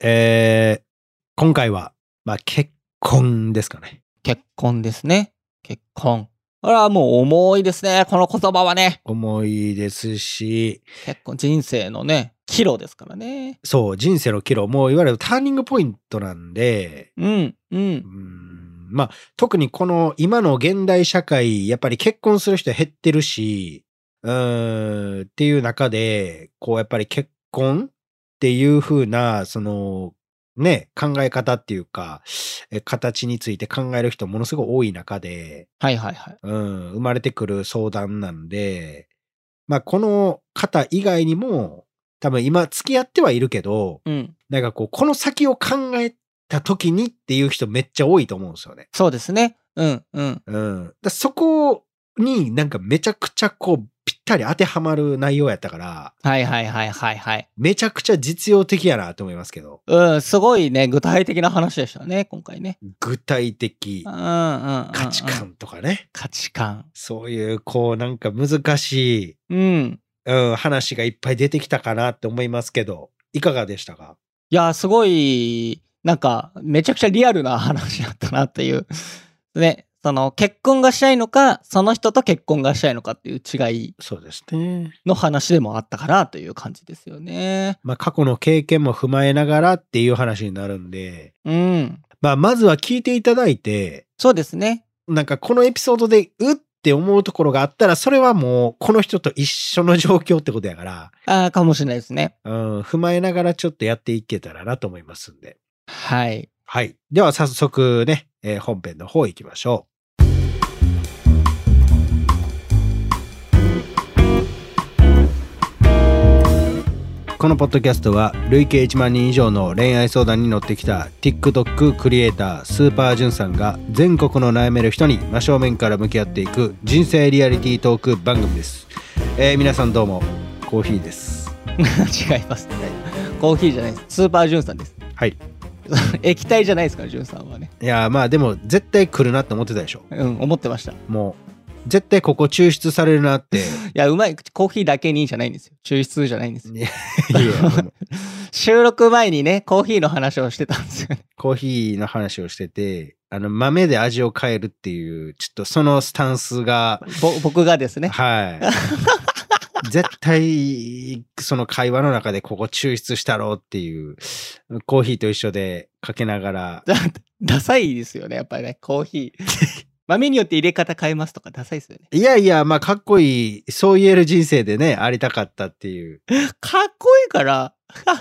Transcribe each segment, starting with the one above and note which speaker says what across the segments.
Speaker 1: えー、今回は、まあ、結婚ですかね。
Speaker 2: 結婚ですね。結婚。あら、もう重いですね。この言葉はね。
Speaker 1: 重いですし、
Speaker 2: 結婚、人生のね、岐路ですからね。
Speaker 1: そう、人生の岐路、もういわゆるターニングポイントなんで、
Speaker 2: うん、う。
Speaker 1: うんん、まあ、特にこの今の現代社会、やっぱり結婚する人減ってるし、うーん、っていう中で、こう、やっぱり結婚っていう風な、その、ね、考え方っていうか、え形について考える人ものすごい多い中で、
Speaker 2: はいはいはい。
Speaker 1: うん、生まれてくる相談なんで、まあ、この方以外にも、多分今付き合ってはいるけど、
Speaker 2: うん。
Speaker 1: なんかこう、この先を考えた時にっていう人めっちゃ多いと思うんですよね。
Speaker 2: そうですね。うん、うん。
Speaker 1: うん。だそこになんかめちゃくちゃこう、ぴったり当てはまる内容やったから、
Speaker 2: はいはいはいはいはい。
Speaker 1: めちゃくちゃ実用的やなと思いますけど、
Speaker 2: うん、すごいね、具体的な話でしたね、今回ね。
Speaker 1: 具体的
Speaker 2: うん、うん。うん
Speaker 1: 価値。
Speaker 2: うん
Speaker 1: 観とかね、
Speaker 2: 価値観。
Speaker 1: そういうこう、なんか難しい、
Speaker 2: うん。
Speaker 1: うん、話がいっぱい出てきたかなって思いますけど、いかがでしたか
Speaker 2: いや、すごい、なんか、めちゃくちゃリアルな話だったなっていう。ね、その、結婚がしたいのか、その人と結婚がしたいのかっていう違い
Speaker 1: そうですね。
Speaker 2: の話でもあったかなという感じですよね。
Speaker 1: まあ、過去の経験も踏まえながらっていう話になるんで、
Speaker 2: うん。
Speaker 1: まあ、まずは聞いていただいて、
Speaker 2: そうですね。
Speaker 1: なんかこのエピソードで、うって思うところがあったら、それはもう、この人と一緒の状況ってことやから、
Speaker 2: ああ、かもしれないですね。
Speaker 1: うん、踏まえながらちょっとやっていけたらなと思いますんで。
Speaker 2: はい。
Speaker 1: はい。では、早速ね、えー本編の方行きましょう。このポッドキャストは累計1万人以上の恋愛相談に乗ってきた TikTok クリエイタースーパージュンさんが全国の悩める人に真正面から向き合っていく人生リアリティートーク番組です、えー皆さんどうもコーヒーです
Speaker 2: 違います、ね。コーヒーじゃないです。スーパージュンさんです。
Speaker 1: はい。
Speaker 2: 液体じゃないですから、ジュンさんはね。
Speaker 1: いやーまあでも絶対来るなって思ってたでしょ
Speaker 2: うん、思ってました。い
Speaker 1: もう、絶対ここ抽出されるなって。
Speaker 2: や、うまい。コーヒーだけにじゃないんですよ。抽出じゃないんです よ。
Speaker 1: いやいやでも
Speaker 2: 収録前にね、コーヒーの話をしてたんですよね。
Speaker 1: コーヒーの話をしてて、あの、豆で味を変えるっていう、ちょっとそのスタンスが、
Speaker 2: ぼ 僕がですね。
Speaker 1: はい。絶対、その会話の中でここ抽出したろうっていう、コーヒーと一緒でかけながら、
Speaker 2: だダサいですよね、やっぱりね、コーヒー。 豆によって入れ方変えますとかダサいですよね。
Speaker 1: いやいや、まあ、かっこいい、そう言える人生でね、ありたかったっていう。
Speaker 2: かっこいいから。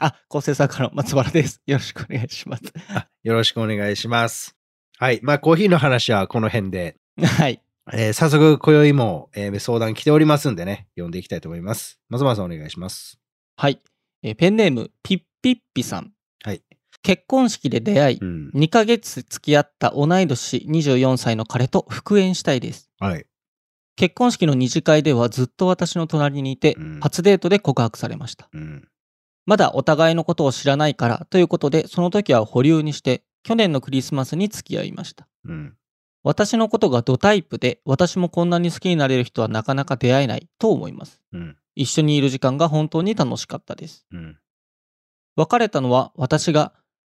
Speaker 2: あ、構成作家の松原です。よろしくお願いします。
Speaker 1: あよろしくお願いします。はい。まあ、コーヒーの話はこの辺で。
Speaker 2: はい。
Speaker 1: えー早速、今宵も、えー相談来ておりますんでね、読んでいきたいと思います。松原さんお願いします。
Speaker 2: はい。えーペンネーム、ピッピッピさん。
Speaker 1: はい。
Speaker 2: 結婚式で出会い、
Speaker 1: ん。
Speaker 2: 2ヶ月付き合った同い年24歳の彼と復縁したいです。
Speaker 1: はい。
Speaker 2: 結婚式の二次会ではずっと私の隣にいて、
Speaker 1: うん
Speaker 2: 初デートで告白されました。
Speaker 1: うん。
Speaker 2: まだお互いのことを知らないからということで、その時は保留にして、去年のクリスマスに付き合いました。
Speaker 1: うん。
Speaker 2: 私のことがドタイプで、私もこんなに好きになれる人はなかなか出会えないと思います。
Speaker 1: うん。
Speaker 2: 一緒にいる時間が本当に楽しかったです。
Speaker 1: うん。
Speaker 2: 別れたのは私が、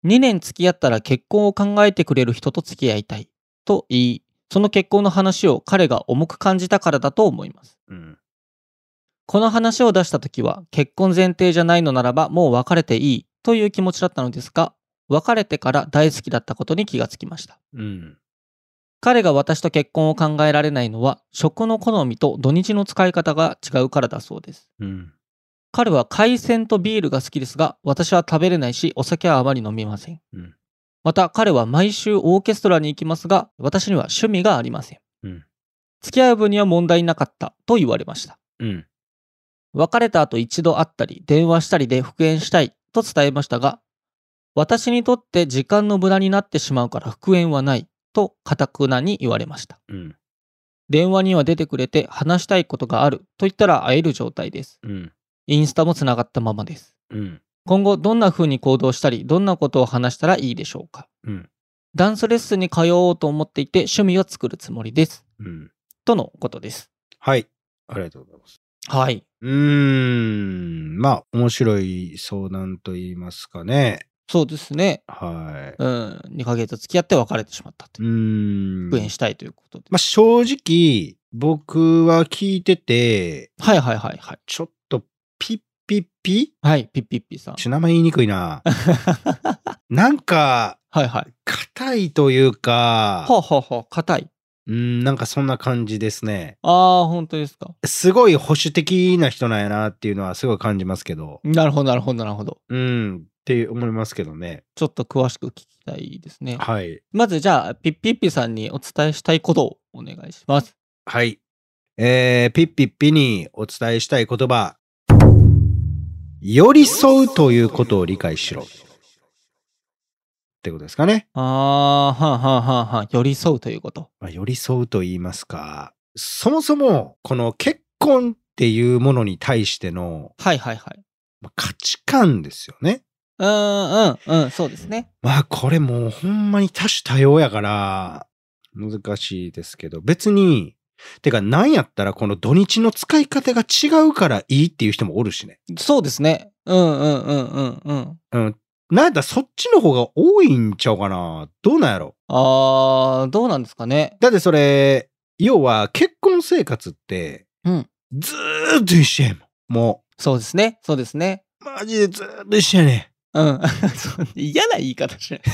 Speaker 2: 2年付き合ったら結婚を考えてくれる人と付き合いたいと言い、その結婚の話を彼が重く感じたからだと思います。
Speaker 1: うん。
Speaker 2: この話を出した時は結婚前提じゃないのならばもう別れていいという気持ちだったのですが別れてから大好きだったことに気がつきました
Speaker 1: うん。
Speaker 2: 彼が私と結婚を考えられないのは食の好みと土日の使い方が違うからだそうです
Speaker 1: うん。
Speaker 2: 彼は海鮮とビールが好きですが私は食べれないしお酒はあまり飲みません、
Speaker 1: うん
Speaker 2: また彼は毎週オーケストラに行きますが私には趣味がありません、
Speaker 1: うん
Speaker 2: 付き合う分には問題なかったと言われました
Speaker 1: うん。
Speaker 2: 別れた後一度会ったり電話したりで復縁したいと伝えましたが私にとって時間の無駄になってしまうから復縁はないとかたくなに言われました
Speaker 1: うん。
Speaker 2: 電話には出てくれて話したいことがあると言ったら会える状態です
Speaker 1: うん。
Speaker 2: インスタもつながったままです
Speaker 1: うん。
Speaker 2: 今後どんな風に行動したりどんなことを話したらいいでしょうか
Speaker 1: うん。
Speaker 2: ダンスレッスンに通おうと思っていて趣味を作るつもりです
Speaker 1: うん。
Speaker 2: とのことです
Speaker 1: はい。ありがとうございます。
Speaker 2: はい。
Speaker 1: うーん。まあ、面白い相談と言いますかね。
Speaker 2: そうですね。
Speaker 1: は
Speaker 2: うん。2ヶ月付き合って別れてしまったと
Speaker 1: い。う。ーん。
Speaker 2: 復縁したいということで。
Speaker 1: まあ、正直、僕は聞いてて、
Speaker 2: はいはいはいはい。
Speaker 1: ちょっとピッピッピ
Speaker 2: はい。ピッピッ ピさん。
Speaker 1: ちょ名前言いにくいな。なんか、
Speaker 2: はいはい。
Speaker 1: 硬いというか、
Speaker 2: はあ、はあはあ、硬い。
Speaker 1: うん、なんかそんな感じですね。
Speaker 2: ああ、本当ですか。
Speaker 1: すごい保守的な人なんやなっていうのはすごい感じますけど、
Speaker 2: なるほどなるほどなるほど。
Speaker 1: うん、って思いますけどね。
Speaker 2: ちょっと詳しく聞きたいですね。
Speaker 1: はい。
Speaker 2: まずじゃあ、ピッピッピさんにお伝えしたいことをお願いします。
Speaker 1: はい。えー、ピッピッピにお伝えしたい言葉。寄り添うということを理解しろ。ってことですかね。
Speaker 2: ああー、はあはあはあはあ、寄り添うということ。
Speaker 1: まあ、寄り添うと言いますか。そもそも、この結婚っていうものに対しての
Speaker 2: はいはいはい。
Speaker 1: まあ価値観ですよね。
Speaker 2: うーん、うん、うん、そうですね。
Speaker 1: まあこれもうほんまに多種多様やから難しいですけど別にてかなんやったらこの土日の使い方が違うからいいっていう人もおるしね。
Speaker 2: そうですね。うん、うん、うん、うん、うん。
Speaker 1: なんやったらそっちの方が多いんちゃうかなどうなんやろ
Speaker 2: ああ、どうなんですかね。
Speaker 1: だってそれ要は結婚生活って
Speaker 2: うん
Speaker 1: ずーっと一緒やもん。も
Speaker 2: そうですね。そうですね。
Speaker 1: うマジでずーっと一緒やねん。
Speaker 2: うん。 そう嫌な言い方しない。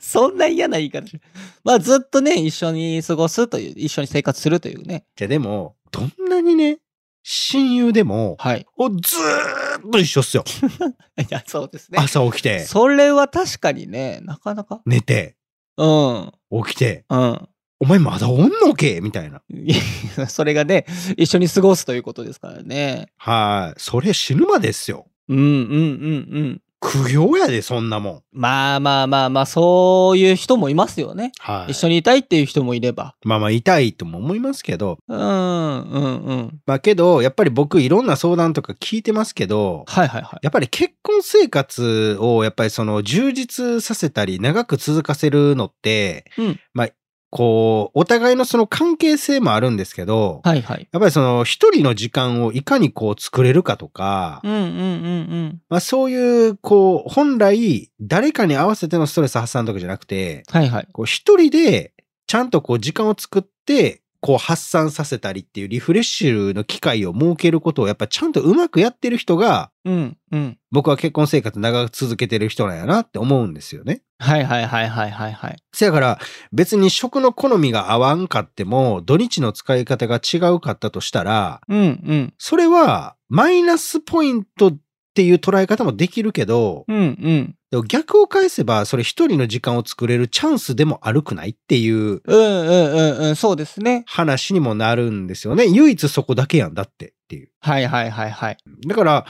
Speaker 2: そんな嫌な言い方しない。まあ、ずっとね、一緒に過ごすという、一緒に生活するというね。
Speaker 1: じゃあでもどんなにね親友でも
Speaker 2: はい。
Speaker 1: おずーっと一緒っすよ。
Speaker 2: いや、そうですね。
Speaker 1: 朝起きて
Speaker 2: それは確かにね、なかなか。
Speaker 1: 寝て
Speaker 2: うん。
Speaker 1: 起きて
Speaker 2: うん。
Speaker 1: お前まだおんのけみたいな。
Speaker 2: いや それがね、一緒に過ごすということですからね。
Speaker 1: はい。それ死ぬまでっすよ。
Speaker 2: うんうんうんうん。
Speaker 1: 苦行やで、そんなもん。
Speaker 2: まあまあまあまあ、そういう人もいますよね。
Speaker 1: はい。
Speaker 2: 一緒にいたいっていう人もいれば。
Speaker 1: まあまあ、痛いとも思いますけど。
Speaker 2: うんうんうん。
Speaker 1: まあけど、やっぱり僕いろんな相談とか聞いてますけど、
Speaker 2: はいはいはい。
Speaker 1: やっぱり結婚生活をやっぱりその充実させたり長く続かせるのって、
Speaker 2: うん
Speaker 1: まあ、こう、お互いのその関係性もあるんですけど、
Speaker 2: はいはい。
Speaker 1: やっぱりその一人の時間をいかにこう作れるかとか、
Speaker 2: うんうんうんうん。
Speaker 1: まあそういう、こう、本来誰かに合わせてのストレス発散とかじゃなくて、
Speaker 2: はいはい。
Speaker 1: こう一人でちゃんとこう時間を作って、こう発散させたりっていうリフレッシュの機会を設けることをやっぱちゃんとうまくやってる人が、
Speaker 2: うんうん。
Speaker 1: 僕は結婚生活長く続けてる人なんやなって思うんですよね。
Speaker 2: はいはいはいはいはいはい。
Speaker 1: せやから別に食の好みが合わんかっても土日の使い方が違うかったとしたら、
Speaker 2: うんうん。
Speaker 1: それはマイナスポイントっていう捉え方もできるけど、
Speaker 2: うんうん。
Speaker 1: でも逆を返せばそれ一人の時間を作れるチャンスでもあるくないっていう
Speaker 2: うんうんうんうん。そうですね。
Speaker 1: 話にもなるんですよね。唯一そこだけやんだってっていう。
Speaker 2: はいはいはいはい。
Speaker 1: だから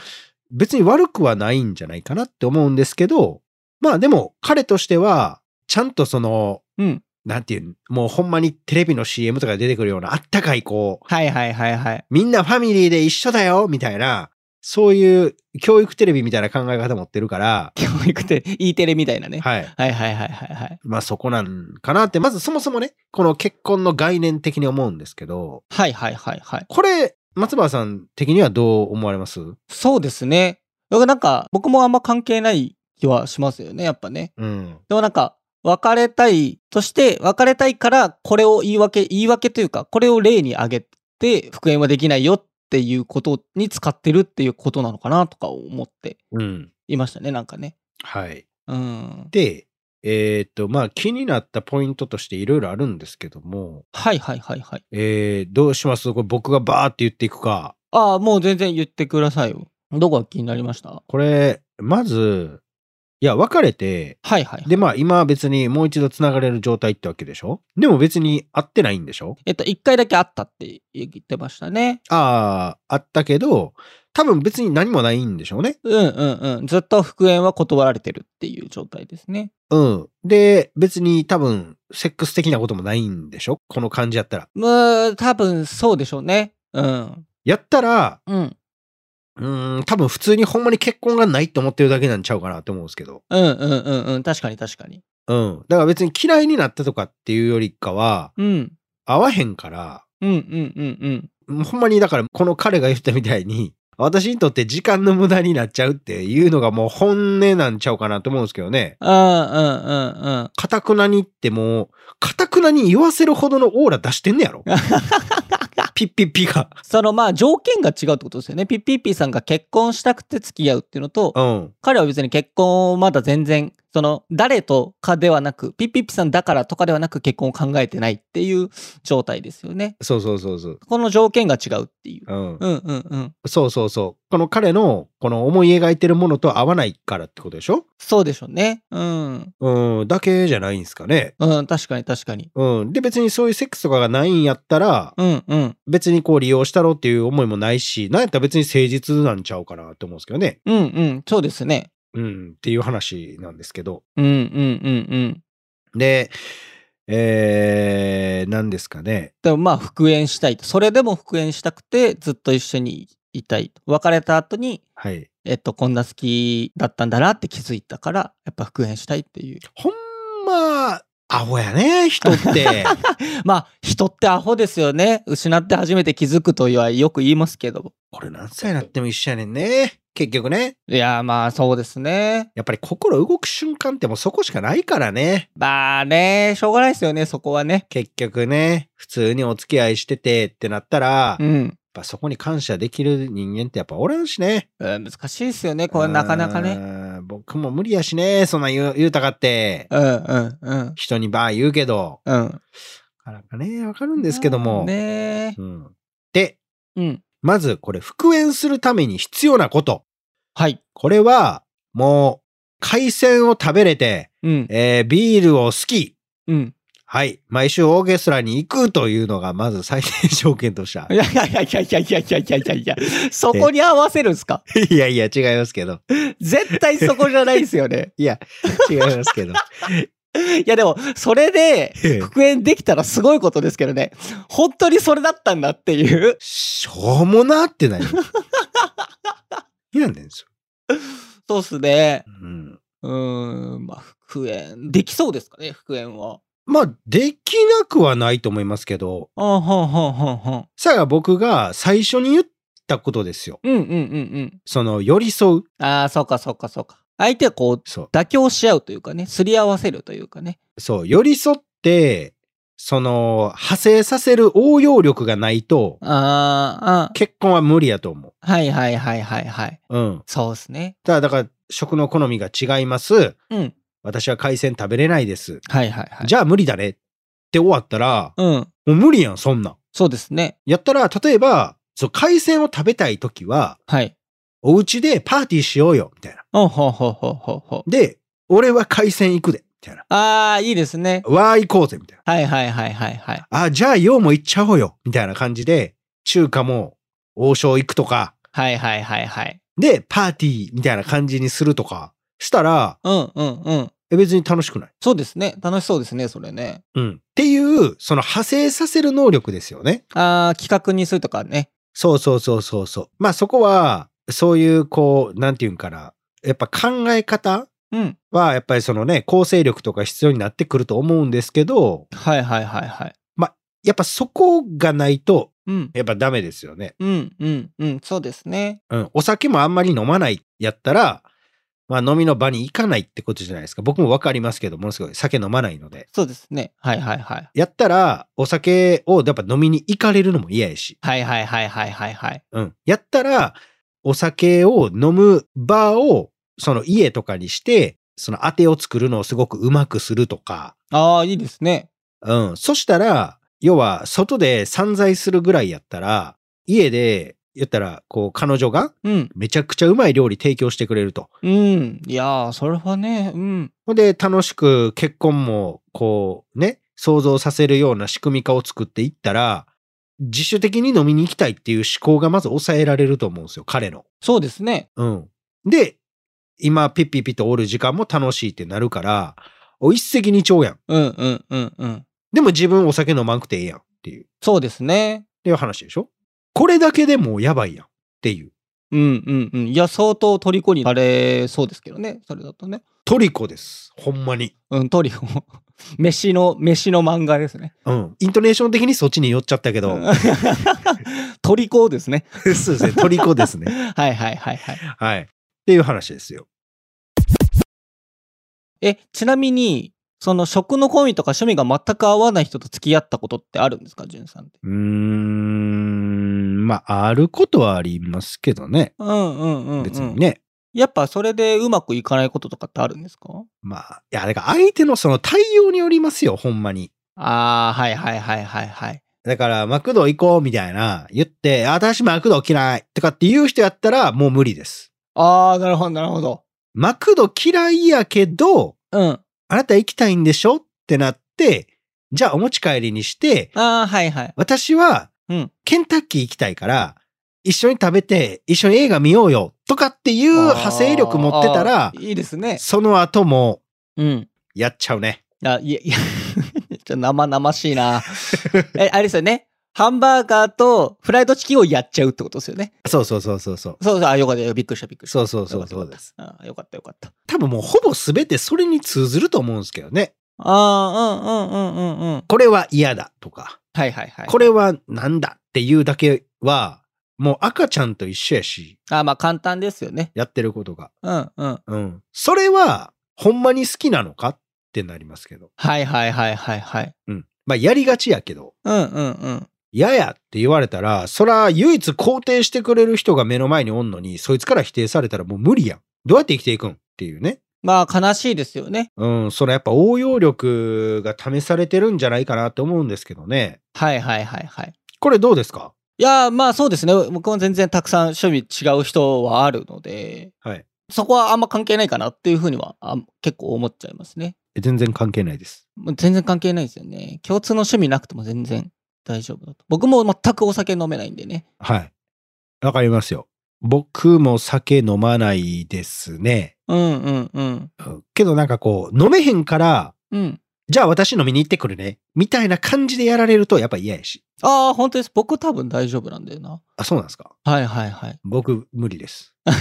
Speaker 1: 別に悪くはないんじゃないかなって思うんですけど、まあでも彼としてはちゃんとその、
Speaker 2: うん
Speaker 1: なんていう、もうほんまにテレビの CM とかで出てくるようなあったかいこう、
Speaker 2: はいはいはいはい。
Speaker 1: みんなファミリーで一緒だよみたいな、そういう教育テレビみたいな考え方持ってるから、
Speaker 2: 教育って、E テレみたいなね。
Speaker 1: はい。
Speaker 2: はいはいはいはいはい。
Speaker 1: まあそこなんかなって、まずそもそもね、この結婚の概念的に思うんですけど、
Speaker 2: はいはいはいはい。
Speaker 1: これ、松原さん的にはどう思われます
Speaker 2: そうですね。だからなんか、僕もあんま関係ない気はしますよね、やっぱね。
Speaker 1: うん。
Speaker 2: でもなんか、別れたいとして、別れたいから、これを言い訳、言い訳というか、これを例に挙げて、復縁はできないよっていうことに使ってるっていうことなのかなとか思って
Speaker 1: うん。
Speaker 2: いましたね、なんかね。
Speaker 1: はい。
Speaker 2: うん。
Speaker 1: で、えーっと、まあ気になったポイントとしていろいろあるんですけども、
Speaker 2: はいはいはいはい。
Speaker 1: えー、どうしますこれ僕がバーって言っていくか。
Speaker 2: ああ、もう全然言ってくださいよ。どこが気になりましたはい
Speaker 1: これ、まず、いや、別れて、
Speaker 2: はいはい。
Speaker 1: で、まあ今は別にもう一度繋がれる状態ってわけでしょでも別に会ってないんでしょ
Speaker 2: えっと、一回だけ会ったって言ってましたね。
Speaker 1: ああ、あったけど、多分別に何もないんでしょうね。
Speaker 2: うんうんうん。ずっと復縁は断られてるっていう状態ですね。
Speaker 1: うん。で、別に多分、セックス的なこともないんでしょこの感じやったら。
Speaker 2: まあ、多分そうでしょうね。うん。
Speaker 1: やったら、
Speaker 2: うん。
Speaker 1: うーん、多分普通にほんまに結婚がないって思ってるだけなんちゃうかなって思うんですけど。
Speaker 2: うんうんうんうん。確かに確かに。
Speaker 1: うん。だから別に嫌いになったとかっていうよりかは、
Speaker 2: うん。
Speaker 1: 合わへんから、
Speaker 2: うんうんうんうん。
Speaker 1: もうほんまにだから、この彼が言ったみたいに、私にとって時間の無駄になっちゃうっていうのがもう本音なんちゃうかなと思うんですけどね。
Speaker 2: うんうんうんうん。
Speaker 1: かたくなにってもう、かたくなに言わせるほどのオーラ出してんねやろピッピッピが。
Speaker 2: そのまあ条件が違うってことですよね。ピッピッピーさんが結婚したくて付き合うっていうのと、
Speaker 1: うん。
Speaker 2: 彼は別に結婚をまだ全然、その誰とかではなく、ピッピッピーさんだからとかではなく結婚を考えてないっていう状態ですよね。
Speaker 1: そうそうそうそう。
Speaker 2: この条件が違うっていう。
Speaker 1: うん。
Speaker 2: うんうんうん。
Speaker 1: そうそうそう。この彼の、この思い描いてるものと合わないからってことでしょ
Speaker 2: そうでしょうね。うん。
Speaker 1: うん。だけじゃないんですかね。
Speaker 2: うん、確かに確かに。
Speaker 1: うん。で、別にそういうセックスとかがないんやったら、
Speaker 2: うんうん。
Speaker 1: 別にこう利用したろっていう思いもないし、なんやったら別に誠実なんちゃうかなって思うんですけどね。
Speaker 2: うんうん。そうですね。
Speaker 1: うん。っていう話なんですけど。
Speaker 2: うんうんうんうん。
Speaker 1: で、えー、何ですかね。
Speaker 2: でもまあ復縁したいと。それでも復縁したくてずっと一緒にいたいと。別れた後に、
Speaker 1: はい。
Speaker 2: えっと、こんな好きだったんだなって気づいたから、やっぱ復縁したいっていう。
Speaker 1: ほんま、アホやね、人 って。
Speaker 2: まあ、人ってアホですよね。失って初めて気づくとはよく言いますけど。
Speaker 1: 俺何歳になっても一緒やねんね。結局ね。
Speaker 2: いやー、まあそうですね。
Speaker 1: やっぱり心動く瞬間ってもうそこしかないからね。
Speaker 2: まあね、しょうがないですよね、そこはね。
Speaker 1: 結局ね、普通にお付き合いしててってなったら、
Speaker 2: う
Speaker 1: やっ
Speaker 2: ん。
Speaker 1: ぱそこに感謝できる人間ってやっぱおらんしね。
Speaker 2: うん難しいですよね、これなかなかね。
Speaker 1: ね。僕も無理やしね、そんなん言う言うたかって。
Speaker 2: うんうんうん。
Speaker 1: 人にばあ言うけど。
Speaker 2: うん。
Speaker 1: なかなかね、わかるんですけども。
Speaker 2: ね
Speaker 1: うん、で、
Speaker 2: うん。
Speaker 1: まずこれ復縁するために必要なこと。
Speaker 2: はい。
Speaker 1: これは、もう、海鮮を食べれて、
Speaker 2: うん。
Speaker 1: えービールを好き。
Speaker 2: うん。
Speaker 1: はい。毎週オーケストラに行くというのが、まず最低条件とした
Speaker 2: い。やいやいやいやいやいやいやいやいやいや、そこに合わせるんすか
Speaker 1: いやいや、違いますけど。
Speaker 2: 絶対そこじゃないですよね。
Speaker 1: いや、違いますけど。
Speaker 2: いやでも、それで復縁できたらすごいことですけどね。本当にそれだったんだっていう。
Speaker 1: しょうもなってなります。 いやねんですよ。
Speaker 2: そうっすね。
Speaker 1: うん。
Speaker 2: うーん、まあ復縁。できそうですかね、復縁は。
Speaker 1: まあ、できなくはないと思いますけど、
Speaker 2: あはんはんはんはん。
Speaker 1: さあ僕が最初に言ったことですよ。
Speaker 2: うんうんうん
Speaker 1: その、寄り添う。
Speaker 2: うん。ああ、そうかそうかそうか。相手はこう、
Speaker 1: そう。
Speaker 2: 妥協し合うというかね、すり合わせるというかね。
Speaker 1: そう、寄り添って、その、派生させる応用力がないと、
Speaker 2: あーあ
Speaker 1: 結婚は無理やと思
Speaker 2: ー、はいはいはいはいはい。
Speaker 1: う。うん。
Speaker 2: そうですね。
Speaker 1: ただ、だから、食の好みが違います。
Speaker 2: うん。
Speaker 1: 私は海鮮食べれないです。
Speaker 2: はいはいはい。
Speaker 1: じゃあ無理だねって終わったら、
Speaker 2: うん。
Speaker 1: もう無理やん、そんなん。
Speaker 2: そうですね。
Speaker 1: やったら、例えば、そう、海鮮を食べたいときは、
Speaker 2: はい。
Speaker 1: お家でパーティーしようよ、みたいな。
Speaker 2: ほうほうほうほうほうほう。
Speaker 1: で、俺は海鮮行くで、みたいな。
Speaker 2: ああ、いいですね。
Speaker 1: わー行こうぜ、みたいな。
Speaker 2: はいはいはいはいはい。
Speaker 1: あ、じゃあ、ようも行っちゃおうよ、みたいな感じで、中華も王将行くとか、
Speaker 2: はいはいはいはい。
Speaker 1: で、パーティーみたいな感じにするとか、したら、
Speaker 2: うんうんうん。
Speaker 1: え別に楽しくない。
Speaker 2: そうですね。楽しそうですね、それね。
Speaker 1: うん。っていう、その派生させる能力ですよね。
Speaker 2: ああ、企画にするとかね。
Speaker 1: そうそうそうそうそう。まあそこは、そういう、こう、なんていうんかな。やっぱ考え方
Speaker 2: うん。
Speaker 1: は、やっぱりそのね、構成力とか必要になってくると思うんですけど、
Speaker 2: はいはいはいはい。
Speaker 1: やっぱそこがないと、
Speaker 2: うん。
Speaker 1: やっぱダメですよね。
Speaker 2: うんうんうん。そうですね。
Speaker 1: うん。お酒もあんまり飲まないやったら、まあ飲みの場に行かないってことじゃないですか。僕もわかりますけど、ものすごい酒飲まないので。
Speaker 2: そうですね。はいはいはい。
Speaker 1: やったら、お酒をやっぱ飲みに行かれるのも嫌やし。
Speaker 2: はいはいはいはいはいはい。
Speaker 1: うん。やったら、お酒を飲むバーを、その家とかにして、その当てを作るのをすごくうまくするとか。
Speaker 2: ああ、いいですね。
Speaker 1: うん。そしたら、要は、外で散財するぐらいやったら、家で、言ったら、こう、彼女が
Speaker 2: うん。
Speaker 1: めちゃくちゃうまい料理提供してくれると。
Speaker 2: うん。いやー、それはね、うん。
Speaker 1: ほんで、楽しく結婚も、こう、ね、想像させるような仕組み化を作っていったら、自主的に飲みに行きたいっていう思考がまず抑えられると思うんですよ、彼の。
Speaker 2: そうですね。
Speaker 1: うん。で、今、ピッピッピとおる時間も楽しいってなるから、お一石二鳥やん。
Speaker 2: うんうんうんうん。
Speaker 1: でも自分お酒飲まんくてええやんっていう、っ
Speaker 2: そうですね。
Speaker 1: ていう話でしょこれだけでもうやばいやんっていう。
Speaker 2: うんうんうん。いや、相当虜にされそうですけどね、それだとね。
Speaker 1: トリコです。ほんまに。
Speaker 2: うん、トリフも。 飯の、飯の漫画ですね。
Speaker 1: うん。イントネーション的にそっちに寄っちゃったけど、
Speaker 2: うん虜ですね。
Speaker 1: そうですね。虜ですね。
Speaker 2: はいはいはいはい。
Speaker 1: はい。っていう話ですよ。
Speaker 2: え、ちなみに、その食の好みとか趣味が全く合わない人と付き合ったことってあるんですか、じゅんさんって。
Speaker 1: うーん、まあ、あることはありますけどね。
Speaker 2: うんうんうん、うん。
Speaker 1: 別に。ね。
Speaker 2: やっぱそれでうまくいかないこととかってあるんですか
Speaker 1: まあ、いや、だから相手のその対応によりますよ、ほんまに。
Speaker 2: ああ、はいはいはいはいはい。
Speaker 1: だから、マクド行こうみたいな言って、あ私マクド嫌いとかって言う人やったらもう無理です。
Speaker 2: ああ、なるほどなるほど。
Speaker 1: マクド嫌いやけど、
Speaker 2: うん。あ
Speaker 1: あなた行きたいんでしょってなって、じゃあお持ち帰りにして、
Speaker 2: あー、はいはい。
Speaker 1: 私は
Speaker 2: うん。
Speaker 1: ケンタッキー行きたいから、一緒に食べて、一緒に映画見ようよとかっていう派生力持ってた
Speaker 2: あ
Speaker 1: ら
Speaker 2: ー、いいですね。
Speaker 1: その後も
Speaker 2: うん。
Speaker 1: やっちゃうね。
Speaker 2: あ、いや、いや、 ちょ生々しいな。え、あれですよね。ハンバーガーとフライドチキンをやっちゃうってことですよね。
Speaker 1: そうそうそうそうそう。
Speaker 2: そうそう、あ、よかったよ。びっくりした、びっくりした。
Speaker 1: そうそうそうそうです。
Speaker 2: あよかった、よかった。
Speaker 1: 多分もうほぼ全てそれに通ずると思うんですけどね。
Speaker 2: ああ、うんうんうんうんうん。
Speaker 1: これは嫌だとか、
Speaker 2: はいはいはい。
Speaker 1: これはなんだっていうだけは、もう赤ちゃんと一緒やし、
Speaker 2: あまあ簡単ですよね。
Speaker 1: やってることが。
Speaker 2: うんうん。
Speaker 1: うん。それは、ほんまに好きなのかってなりますけど。
Speaker 2: はいはいはいはいはい。
Speaker 1: うん。まあ、やりがちやけど、
Speaker 2: うんうんうん。
Speaker 1: 嫌やって言われたら、そら唯一肯定してくれる人が目の前におんのに、そいつから否定されたらもう無理やん。どうやって生きていくんっていうね。
Speaker 2: まあ悲しいですよね。
Speaker 1: うん、そのやっぱ応用力が試されてるんじゃないかなって思うんですけどね。
Speaker 2: はいはいはいはい。
Speaker 1: これどうですか
Speaker 2: いやーまあそうですね。僕も全然たくさん趣味違う人はあるので、
Speaker 1: はい。
Speaker 2: そこはあんま関係ないかなっていうふうにはあ結構思っちゃいますね。
Speaker 1: え全然関係ないです。
Speaker 2: もう全然関係ないですよね。共通の趣味なくても全然大丈夫だと。僕も全くお酒飲めないんでね。
Speaker 1: はい。わかりますよ。僕も酒飲まないですね。
Speaker 2: うんうんうん。
Speaker 1: うんけどなんかこう、飲めへんから、
Speaker 2: うん。
Speaker 1: じゃあ私飲みに行ってくるね。みたいな感じでやられるとやっぱ嫌やし。
Speaker 2: ああ、本当です。僕多分大丈夫なんだよな。
Speaker 1: あ、そうなんですか
Speaker 2: はいはいはい。
Speaker 1: 僕無理です。
Speaker 2: や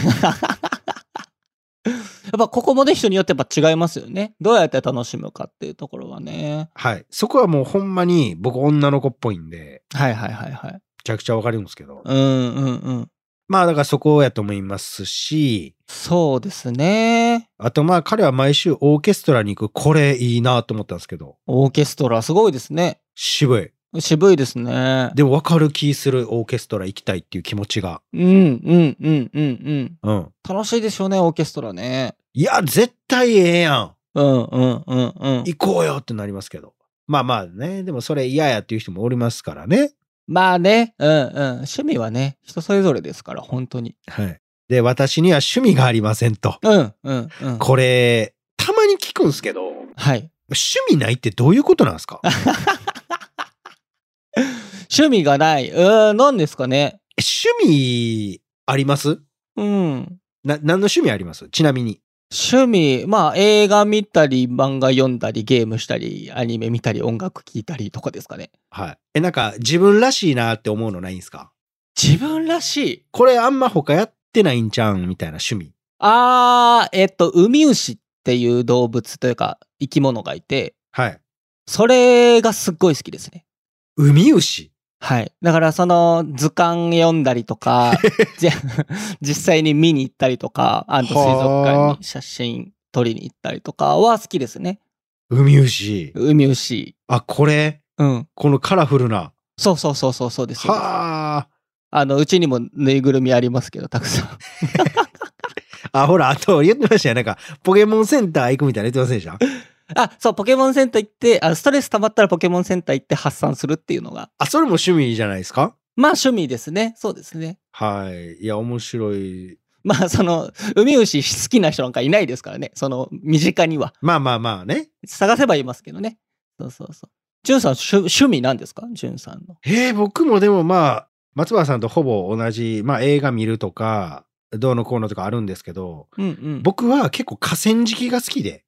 Speaker 2: っぱここもね人によってやっぱ違いますよね。どうやって楽しむかっていうところはね。
Speaker 1: はい。そこはもうほんまに僕女の子っぽいんで、
Speaker 2: はいはいはいはい。
Speaker 1: めちゃくちゃわかるんですけど。
Speaker 2: うんうんうん。
Speaker 1: まあだからそこやと思いますし、
Speaker 2: そうですね。
Speaker 1: あとまあ彼は毎週オーケストラに行く、これいいなと思ったんですけど、
Speaker 2: オーケストラすごいですね。
Speaker 1: 渋い。
Speaker 2: 渋いですね。
Speaker 1: でも分かる気するオーケストラ行きたいっていう気持ちが。
Speaker 2: うんうんうんうんうん。
Speaker 1: うん。
Speaker 2: 楽しいでしょうね、オーケストラね。
Speaker 1: いや、絶対ええやん。
Speaker 2: うんうんうんうん。
Speaker 1: 行こうよってなりますけど。まあまあね、でもそれ嫌やっていう人もおりますからね。
Speaker 2: まあね、うんうん。趣味はね、人それぞれですから、本当に。
Speaker 1: はい。で、私には趣味がありませんと。
Speaker 2: うんうんうん。
Speaker 1: これ、たまに聞くんですけど、
Speaker 2: はい。
Speaker 1: 趣味ないってどういうことなんですかえ
Speaker 2: 趣味がない。うーん、何ですかね。
Speaker 1: 趣味あります
Speaker 2: うん。
Speaker 1: な、何の趣味ありますちなみに。
Speaker 2: 趣味、まあ映画見たり、漫画読んだり、ゲームしたり、アニメ見たり、音楽聴いたりとかですかね。
Speaker 1: はい。え、なんか自分らしいなって思うのないんですか
Speaker 2: 自分らしい。
Speaker 1: これあんま他やってないんちゃうんみたいな趣味。
Speaker 2: あー、えっと、ウミウシっていう動物というか生き物がいて、
Speaker 1: はい。
Speaker 2: それがすっごい好きですね。
Speaker 1: ウミウシ
Speaker 2: はい。だからその図鑑読んだりとか、じゃ実際に見に行ったりとか、あと水族館に写真撮りに行ったりとかは好きですね。
Speaker 1: ウミウシ。
Speaker 2: ウミウシ。
Speaker 1: あ、これ
Speaker 2: うん。
Speaker 1: このカラフルな。
Speaker 2: そうそうそうそうそうです。そうです
Speaker 1: は
Speaker 2: あの、うちにもぬいぐるみありますけど、たくさん。
Speaker 1: あ。あ、ほら、あと言ってましたよ。なんか、ポケモンセンター行くみたいな言ってませんでした
Speaker 2: あ、そう、ポケモンセンター行って、あストレス溜まったらポケモンセンター行って発散するっていうのが、
Speaker 1: あ、それも趣味じゃないですか
Speaker 2: まあ趣味ですね。そうですね。
Speaker 1: はい。いや、面白い。
Speaker 2: まあその、ウミウシ好きな人なんかいないですからね。その、身近には。
Speaker 1: まあまあまあね。
Speaker 2: 探せばいますけどね。そうそうそう。ジュンさん、趣趣味なんですかジュンさんの。
Speaker 1: えー、僕もでもまあ、松原さんとほぼ同じ、まあ映画見るとか、どうのこうのとかあるんですけど、
Speaker 2: うんうん。
Speaker 1: 僕は結構河川敷が好きで、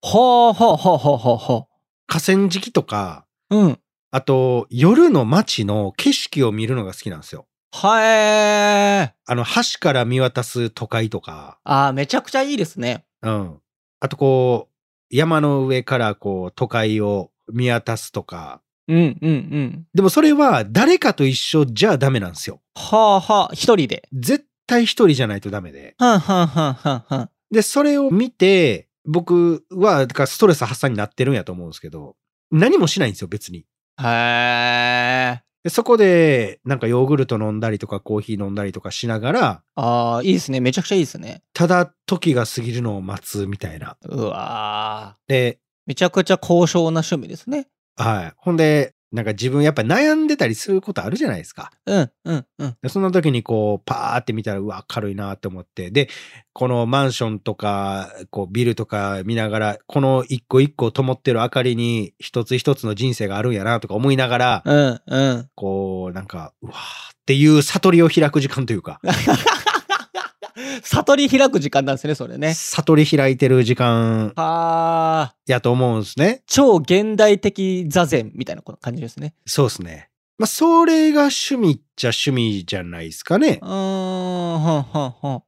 Speaker 2: ほうほうほうほうほうほ
Speaker 1: 河川敷とか、
Speaker 2: う。うん。
Speaker 1: あと夜の街の景色を見るのが好きなんですよ。
Speaker 2: はえー。
Speaker 1: あの橋から見渡す都会とか、
Speaker 2: あーめちゃくちゃいいですね。
Speaker 1: うん。あとこう、山の上からこう都会を見渡すとか、
Speaker 2: うんうんうん。
Speaker 1: でもそれは誰かと一緒じゃダメなんですよ。
Speaker 2: はあはあ、一人で。
Speaker 1: 絶対一人じゃないとダメで。
Speaker 2: はんはんはんはんはん。
Speaker 1: で、それを見て、僕は、だからストレス発散になってるんやと思うんですけど、何もしないんですよ、別に。
Speaker 2: へえ。
Speaker 1: でそこで、なんかヨーグルト飲んだりとかコーヒー飲んだりとかしながら、
Speaker 2: ああ、いいですね。めちゃくちゃいいですね。
Speaker 1: ただ時が過ぎるのを待つみたいな。
Speaker 2: うわー
Speaker 1: で、
Speaker 2: めちゃくちゃ高尚な趣味ですね。
Speaker 1: はい。ほんで、なんか自分やっぱ悩んでたりすることあるじゃないですか。
Speaker 2: うんうんうん。
Speaker 1: でそんな時にこう、パーって見たら、うわ、明るいなって思って。で、このマンションとか、こう、ビルとか見ながら、この一個一個灯ってる明かりに、一つ一つの人生があるんやなとか思いながら、
Speaker 2: うんうん。
Speaker 1: こう、なんか、うわーっていう悟りを開く時間というか、
Speaker 2: 悟り開く時間なんですね、それね。
Speaker 1: 悟り開いてる時間
Speaker 2: はあ。
Speaker 1: やと思うんですね。
Speaker 2: 超現代的座禅みたいな感じですね。
Speaker 1: そうですね。まあ、それが趣味っちゃ趣味じゃないですかね
Speaker 2: う。ーん、はんはんはん。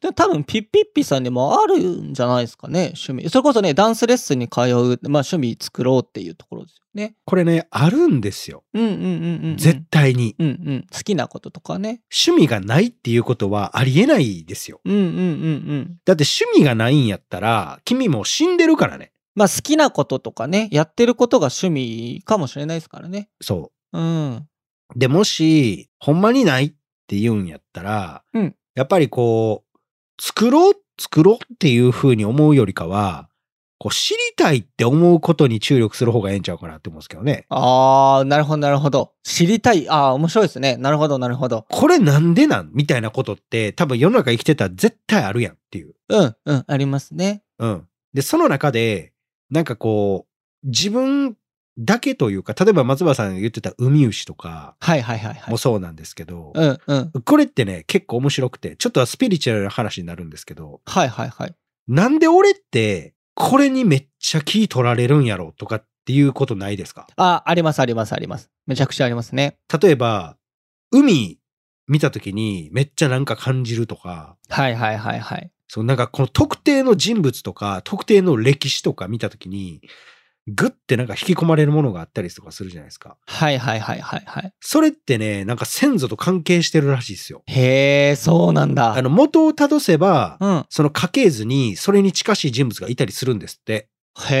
Speaker 2: でも多分ピッピッピさんにもあるんじゃないですかね、趣味。それこそね、ダンスレッスンに通う、まあ趣味作ろうっていうところですよね。
Speaker 1: これね、あるんですよ。
Speaker 2: うんうんうんうん。
Speaker 1: 絶対に。
Speaker 2: うんうん。好きなこととかね。
Speaker 1: 趣味がないっていうことはありえないですよ。
Speaker 2: うんうんうんうん。
Speaker 1: だって趣味がないんやったら、君もう死んでるからね。
Speaker 2: まあ好きなこととかね、やってることが趣味かもしれないですからね。
Speaker 1: そ
Speaker 2: うん。
Speaker 1: う。で、もし、ほんまにないって言うんやったら、
Speaker 2: うん
Speaker 1: やっぱりこう、作ろう、作ろうっていうふうに思うよりかは、こう、知りたいって思うことに注力する方がええんちゃうかなって思うんですけどね。
Speaker 2: あー、なるほどなるほど。知りたい。あー、面白いですね。なるほどなるほど。
Speaker 1: これなんでなんみたいなことって、多分世の中生きてたら絶対あるやんっていう。
Speaker 2: うんうん、ありますね。
Speaker 1: うん。で、その中で、なんかこう、自分だけというか、例えば松原さんが言ってた海牛とか
Speaker 2: はいはいはいはい
Speaker 1: も。そうなんですけど、
Speaker 2: うんうん。
Speaker 1: これってね、結構面白くて、ちょっとはスピリチュアルな話になるんですけど、
Speaker 2: はいはいはい。
Speaker 1: なんで俺って、これにめっちゃ気取られるんやろとかっていうことないですか
Speaker 2: あ、ありますありますあります。めちゃくちゃありますね。
Speaker 1: 例えば、海見た時にめっちゃなんか感じるとか、
Speaker 2: はいはいはいはい。
Speaker 1: そう、なんかこの特定の人物とか、特定の歴史とか見たときに、グッてなんか引き込まれるものがあったりとかするじゃないですか。
Speaker 2: はいはいはいはいはい。
Speaker 1: それってね、なんか先祖と関係してるらしいですよ。
Speaker 2: へえ、そうなんだ。
Speaker 1: あの、元をたどせば、
Speaker 2: うん。
Speaker 1: その家系図にそれに近しい人物がいたりするんですって。
Speaker 2: へ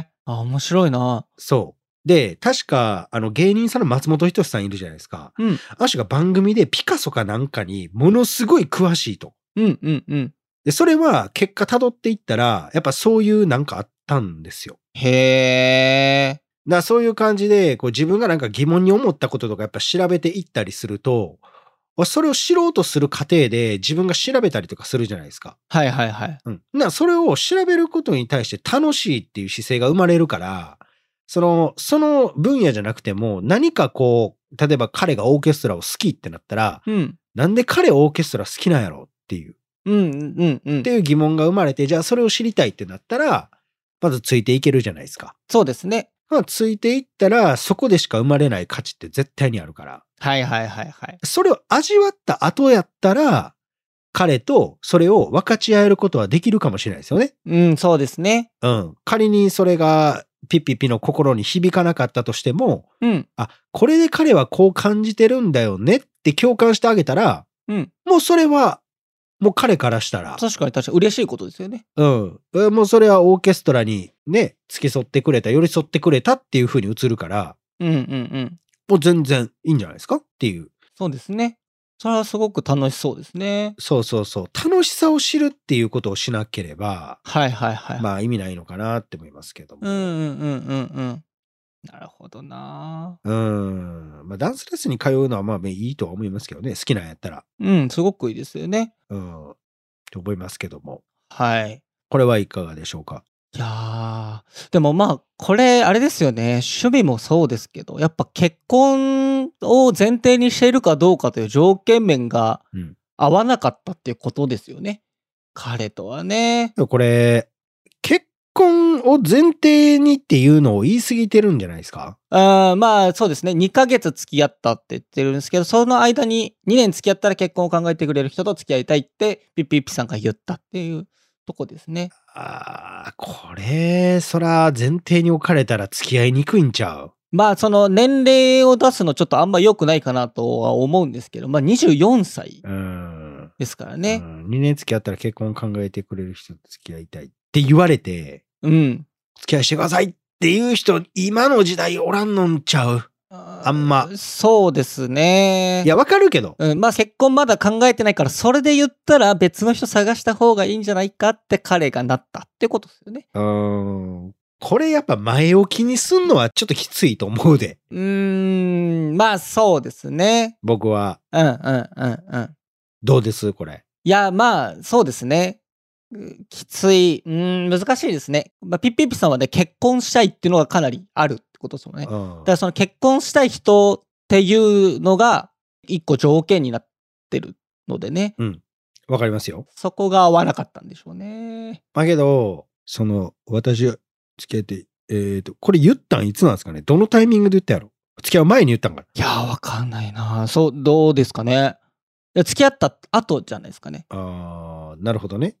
Speaker 2: え。あ、面白いな。
Speaker 1: そう。で、確か、あの、芸人さんの松本人志さんいるじゃないですか。
Speaker 2: うん。
Speaker 1: あの人が番組でピカソかなんかにものすごい詳しいと。
Speaker 2: うんうんうん。
Speaker 1: で、それは結果辿っていったら、やっぱそういうなんかあったんですよ。
Speaker 2: へえ。
Speaker 1: だからそういう感じで、こう自分がなんか疑問に思ったこととかやっぱ調べていったりすると、それを知ろうとする過程で自分が調べたりとかするじゃないですか。
Speaker 2: はいはいはい。
Speaker 1: うん。な、それを調べることに対して楽しいっていう姿勢が生まれるから、その、その分野じゃなくても何かこう、例えば彼がオーケストラを好きってなったら、
Speaker 2: うん。
Speaker 1: なんで彼オーケストラ好きなんやろっていう、っ
Speaker 2: うんうんうん。
Speaker 1: ていう疑問が生まれて、じゃあそれを知りたいってなったら、まずついていけるじゃないですか。
Speaker 2: そうですね。
Speaker 1: まあ、ついていったら、そこでしか生まれない価値って絶対にあるから、
Speaker 2: はいはいはいはい。
Speaker 1: それを味わった後やったら、彼とそれを分かち合えることはできるかもしれないですよね。
Speaker 2: うん、そうですね。
Speaker 1: うん。仮にそれがピッピッピの心に響かなかったとしても、
Speaker 2: うん。
Speaker 1: あ、これで彼はこう感じてるんだよねって共感してあげたら、
Speaker 2: うん。
Speaker 1: もうそれは、もう彼からしたら、
Speaker 2: 確かに確かに嬉しいことですよね。
Speaker 1: うん。えもうそれはオーケストラにね、付き添ってくれた、寄り添ってくれたっていう風に映るから、
Speaker 2: うんうんうん。
Speaker 1: もう全然いいんじゃないですかっていう。
Speaker 2: そうですね。それはすごく楽しそうですね。
Speaker 1: そうそうそう。楽しさを知るっていうことをしなければ、
Speaker 2: はいはいはい。
Speaker 1: まあ意味ないのかなって思いますけども。
Speaker 2: うんうんうんうんうん。なるほどな。
Speaker 1: うん。まあダンスレッスンに通うのはまあいいとは思いますけどね。好きなんやったら。
Speaker 2: うん、すごくいいですよね。
Speaker 1: うん。と思いますけども。
Speaker 2: はい。
Speaker 1: これはいかがでしょうか
Speaker 2: いやーでもまあこれあれですよね趣味もそうですけどやっぱ結婚を前提にしているかどうかという条件面が
Speaker 1: うん
Speaker 2: 合わなかったっていうことですよね。彼とはね。
Speaker 1: でもこれ、結婚を前提にっていうのを言い過ぎてるんじゃないですか
Speaker 2: あーまあそうですね2ヶ月付き合ったって言ってるんですけどその間に2年付き合ったら結婚を考えてくれる人と付き合いたいってピッピッピさんが言ったっていうとこですね。
Speaker 1: ああ、これ、そら、前提に置かれたら付き合いにくいんちゃう
Speaker 2: まあその年齢を出すのちょっとあんま良くないかなとは思うんですけど、まあ24歳
Speaker 1: うん。
Speaker 2: ですから
Speaker 1: う
Speaker 2: ね。
Speaker 1: ん2年付き合ったら結婚考えてくれる人と付き合いたいって言われて、
Speaker 2: うん。
Speaker 1: 付き合いしてくださいっていう人、今の時代おらんのんちゃう
Speaker 2: あ
Speaker 1: あんま。
Speaker 2: そうですね。
Speaker 1: いや、わかるけど。
Speaker 2: うん、まあ結婚まだ考えてないから、それで言ったら別の人探した方がいいんじゃないかって彼がなったってことですよね。
Speaker 1: うん。これやっぱ前置きにすんのはちょっときついと思うで。
Speaker 2: うーん、まあそうですね。
Speaker 1: 僕は。
Speaker 2: うんうんうんうん。
Speaker 1: どうですこれ。
Speaker 2: いや、まあそうですね。うんきつい、うーん、難しいですね。まあ、ピッピッピさんはね、結婚したいっていうのがかなりあるってことですもんね。だか
Speaker 1: うん
Speaker 2: らその結婚したい人っていうのが一個条件になってるのでね。
Speaker 1: わかりますよ。
Speaker 2: そこが合わなかったんでしょうね。
Speaker 1: まあけど、その、私、付き合って、えっ、と、これ言ったんいつなんですかねどのタイミングで言ったやろ付き合う前に言ったんか
Speaker 2: いやー、わかんないな。そう、どうですかね。いや付き合った後じゃないですかね。
Speaker 1: なあーなるほどね。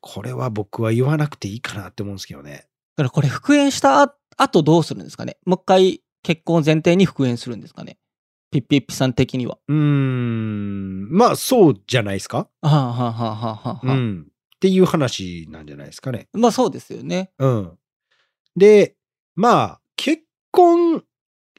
Speaker 1: これは僕は言わなくていいかなって思うんですけどね。
Speaker 2: だからこれ復縁したあ後どうするんですかね。もう一回結婚を前提に復縁するんですかね。ピッピッピさん的には。
Speaker 1: うーん、まあそうじゃないですか
Speaker 2: はあ、はあはあはあはあ
Speaker 1: う
Speaker 2: はあ
Speaker 1: ん。っていう話なんじゃないですかね。
Speaker 2: まあそうですよね。
Speaker 1: うん。で、まあ、結婚、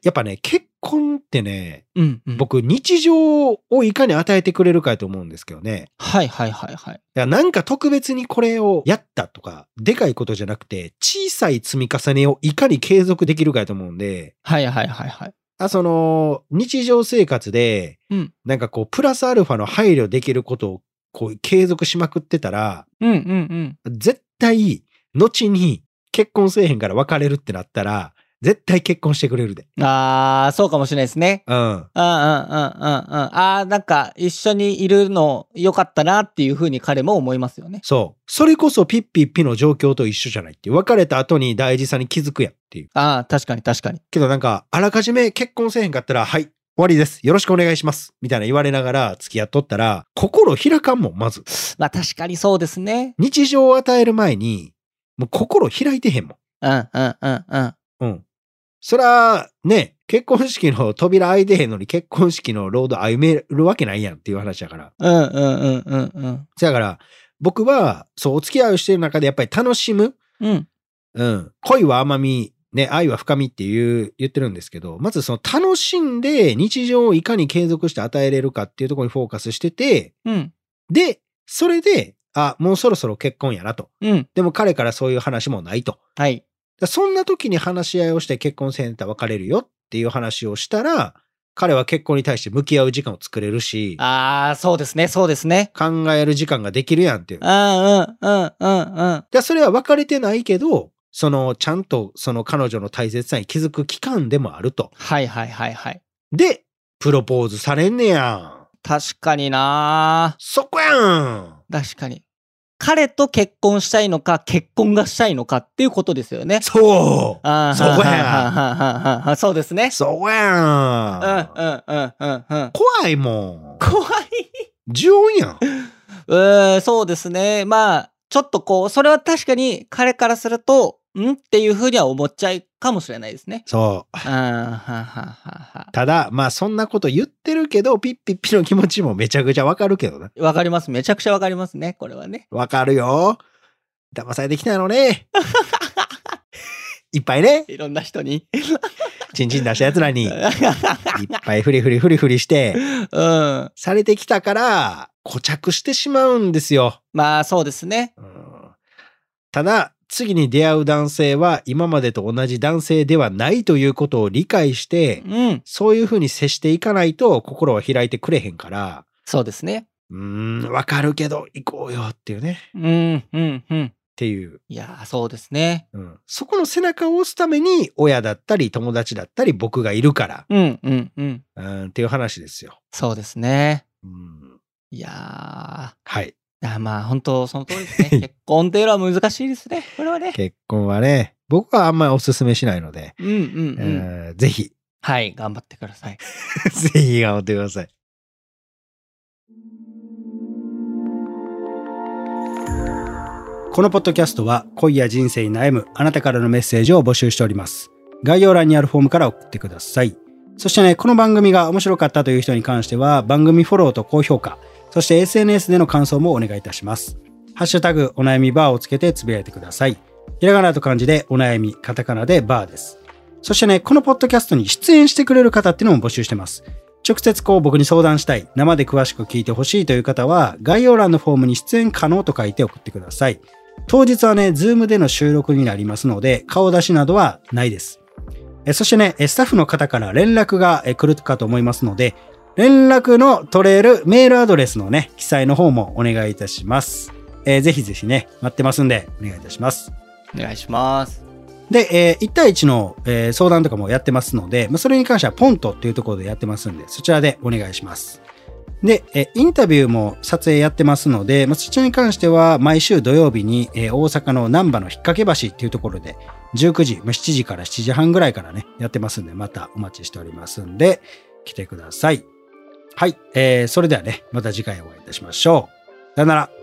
Speaker 1: やっぱね、結婚ってね、
Speaker 2: うん、うん。
Speaker 1: 僕、日常をいかに与えてくれるかやと思うんですけどね。
Speaker 2: はいはいはい
Speaker 1: だ
Speaker 2: はい。
Speaker 1: からなんか特別にこれをやったとか、でかいことじゃなくて、小さい積み重ねをいかに継続できるかやと思うんで、
Speaker 2: はいはいはいはい。
Speaker 1: あその、日常生活で、
Speaker 2: うん
Speaker 1: なんかこう、プラスアルファの配慮できることを、こう、継続しまくってたら、
Speaker 2: うんうんうん。
Speaker 1: 絶対、後に結婚せえへんから別れるってなったら、絶対結婚してくれるで。
Speaker 2: あー、そうかもしれないですね。
Speaker 1: うん。
Speaker 2: うんうんうんうんうん。あー、なんか一緒にいるの良かったなっていうふうに彼も思いますよね。
Speaker 1: そう。それこそピッピッピの状況と一緒じゃないっていう。別れた後に大事さに気づくやんっていう。
Speaker 2: あー、確かに確かに。
Speaker 1: けどなんか、あらかじめ結婚せえへんかったら、はい、終わりです。よろしくお願いします。みたいな言われながら付き合っとったら、心開かんもん、まず。
Speaker 2: まあ確かにそうですね。
Speaker 1: 日常を与える前に、もう心開いてへんも
Speaker 2: うんうんうんうん。
Speaker 1: ん。うん。そら、ね、結婚式の扉開いてへんのに結婚式のロード歩めるわけないやんっていう話だから。
Speaker 2: うんうんうんうんうん。
Speaker 1: だから、僕は、そう、お付き合いをしてる中でやっぱり楽しむ。
Speaker 2: うん。
Speaker 1: うん。恋は甘み、ね、愛は深みっていう、言ってるんですけど、まずその楽しんで日常をいかに継続して与えれるかっていうところにフォーカスしてて、
Speaker 2: うん。
Speaker 1: で、それで、あ、もうそろそろ結婚やなと。
Speaker 2: うん。
Speaker 1: でも彼からそういう話もないと。だか
Speaker 2: はい。
Speaker 1: らそんな時に話し合いをして結婚せんと別れるよっていう話をしたら、彼は結婚に対して向き合う時間を作れるし、
Speaker 2: ああ、そうですね、そうですね。
Speaker 1: 考える時間ができるやんっていう
Speaker 2: う。んうんうんうんうん。
Speaker 1: で、それは別れてないけど、その、ちゃんとその彼女の大切さに気づく期間でもあると。
Speaker 2: はいはいはいはい。
Speaker 1: で、プロポーズされんねやん。
Speaker 2: 確かにな
Speaker 1: そこやん。
Speaker 2: 確かに。彼と結婚したいのか、結婚がしたいのかっていうことですよね。
Speaker 1: そ
Speaker 2: あー
Speaker 1: そこや
Speaker 2: はんはんはんはんはんそうです
Speaker 1: う。
Speaker 2: ね。
Speaker 1: そこや
Speaker 2: うんうん
Speaker 1: ん。
Speaker 2: うんうんうん。
Speaker 1: 怖いもん。
Speaker 2: 怖い。
Speaker 1: 呪音やん。
Speaker 2: うーん、そうですね。まあ、ちょっとこう、それは確かに彼からすると、んっていうふうには思っちゃうかもしれないですね。
Speaker 1: そう。
Speaker 2: あーはははは。
Speaker 1: ただ、まあそんなこと言ってるけど、ピッピッピの気持ちもめちゃくちゃわかるけどな。
Speaker 2: わかります。めちゃくちゃわかりますね。これはね。
Speaker 1: わかるよ。騙されてきたのね。いっぱいね、
Speaker 2: いろんな人に。
Speaker 1: チンチン出した奴らに、いっ
Speaker 2: う
Speaker 1: ぱいフリフリフリフリして、
Speaker 2: ん。
Speaker 1: されてきたから、固着してしまうんですよ。
Speaker 2: まあ、そうですね。
Speaker 1: うんただ、次に出会う男性は今までと同じ男性ではないということを理解して、
Speaker 2: うん。
Speaker 1: そういうふうに接していかないと心は開いてくれへんから、
Speaker 2: そうですね。
Speaker 1: うーん、わかるけど行こうよっていうね、っ
Speaker 2: うん、うん、うん。
Speaker 1: ていう。
Speaker 2: いやー、そうですね。
Speaker 1: うん、そこの背中を押すために親だったり友達だったり僕がいるから、
Speaker 2: うん、うん、うん。
Speaker 1: うん、っていう話ですよ。
Speaker 2: そうですね。
Speaker 1: うん、
Speaker 2: いやー。
Speaker 1: はい。
Speaker 2: いやまあ本当その通りで すね。結婚っていうのは難しいですね。これはね。
Speaker 1: 結婚はね、僕はあんまりおすすめしないので、
Speaker 2: うんうんうん。
Speaker 1: えーぜひ、
Speaker 2: はい、頑張ってください。
Speaker 1: ぜひ頑張ってください。このポッドキャストは恋や人生に悩むあなたからのメッセージを募集しております。概要欄にあるフォームから送ってください。そしてね、この番組が面白かったという人に関しては番組フォローと高評価、そして SNS での感想もお願いいたします。ハッシュタグお悩みバーをつけてつぶやいてください。ひらがなと漢字でお悩み、カタカナでバーです。そしてね、このポッドキャストに出演してくれる方っていうのも募集してます。直接こう僕に相談したい、生で詳しく聞いてほしいという方は、概要欄のフォームに出演可能と書いて送ってください。当日はね、ズームでの収録になりますので、顔出しなどはないです。えそしてね、えスタッフの方から連絡がえ来るかと思いますので、連絡の取れるメールアドレスのね、記載の方もお願いいたします。えーぜひぜひね、待ってますんで、お願いいたします。
Speaker 2: お願いします。
Speaker 1: で、え1対1の、えー相談とかもやってますので、まあ、それに関してはポントっていうところでやってますんで、そちらでお願いします。で、えーインタビューも撮影やってますので、まあ、そちらに関しては毎週土曜日に、えー大阪の難波の引っ掛け橋っていうところで、19時、まあ、7時から7時半ぐらいからね、やってますんで、またお待ちしておりますんで、来てください。はい、えーそれではね、また次回お会いいたしましょう。さよなら。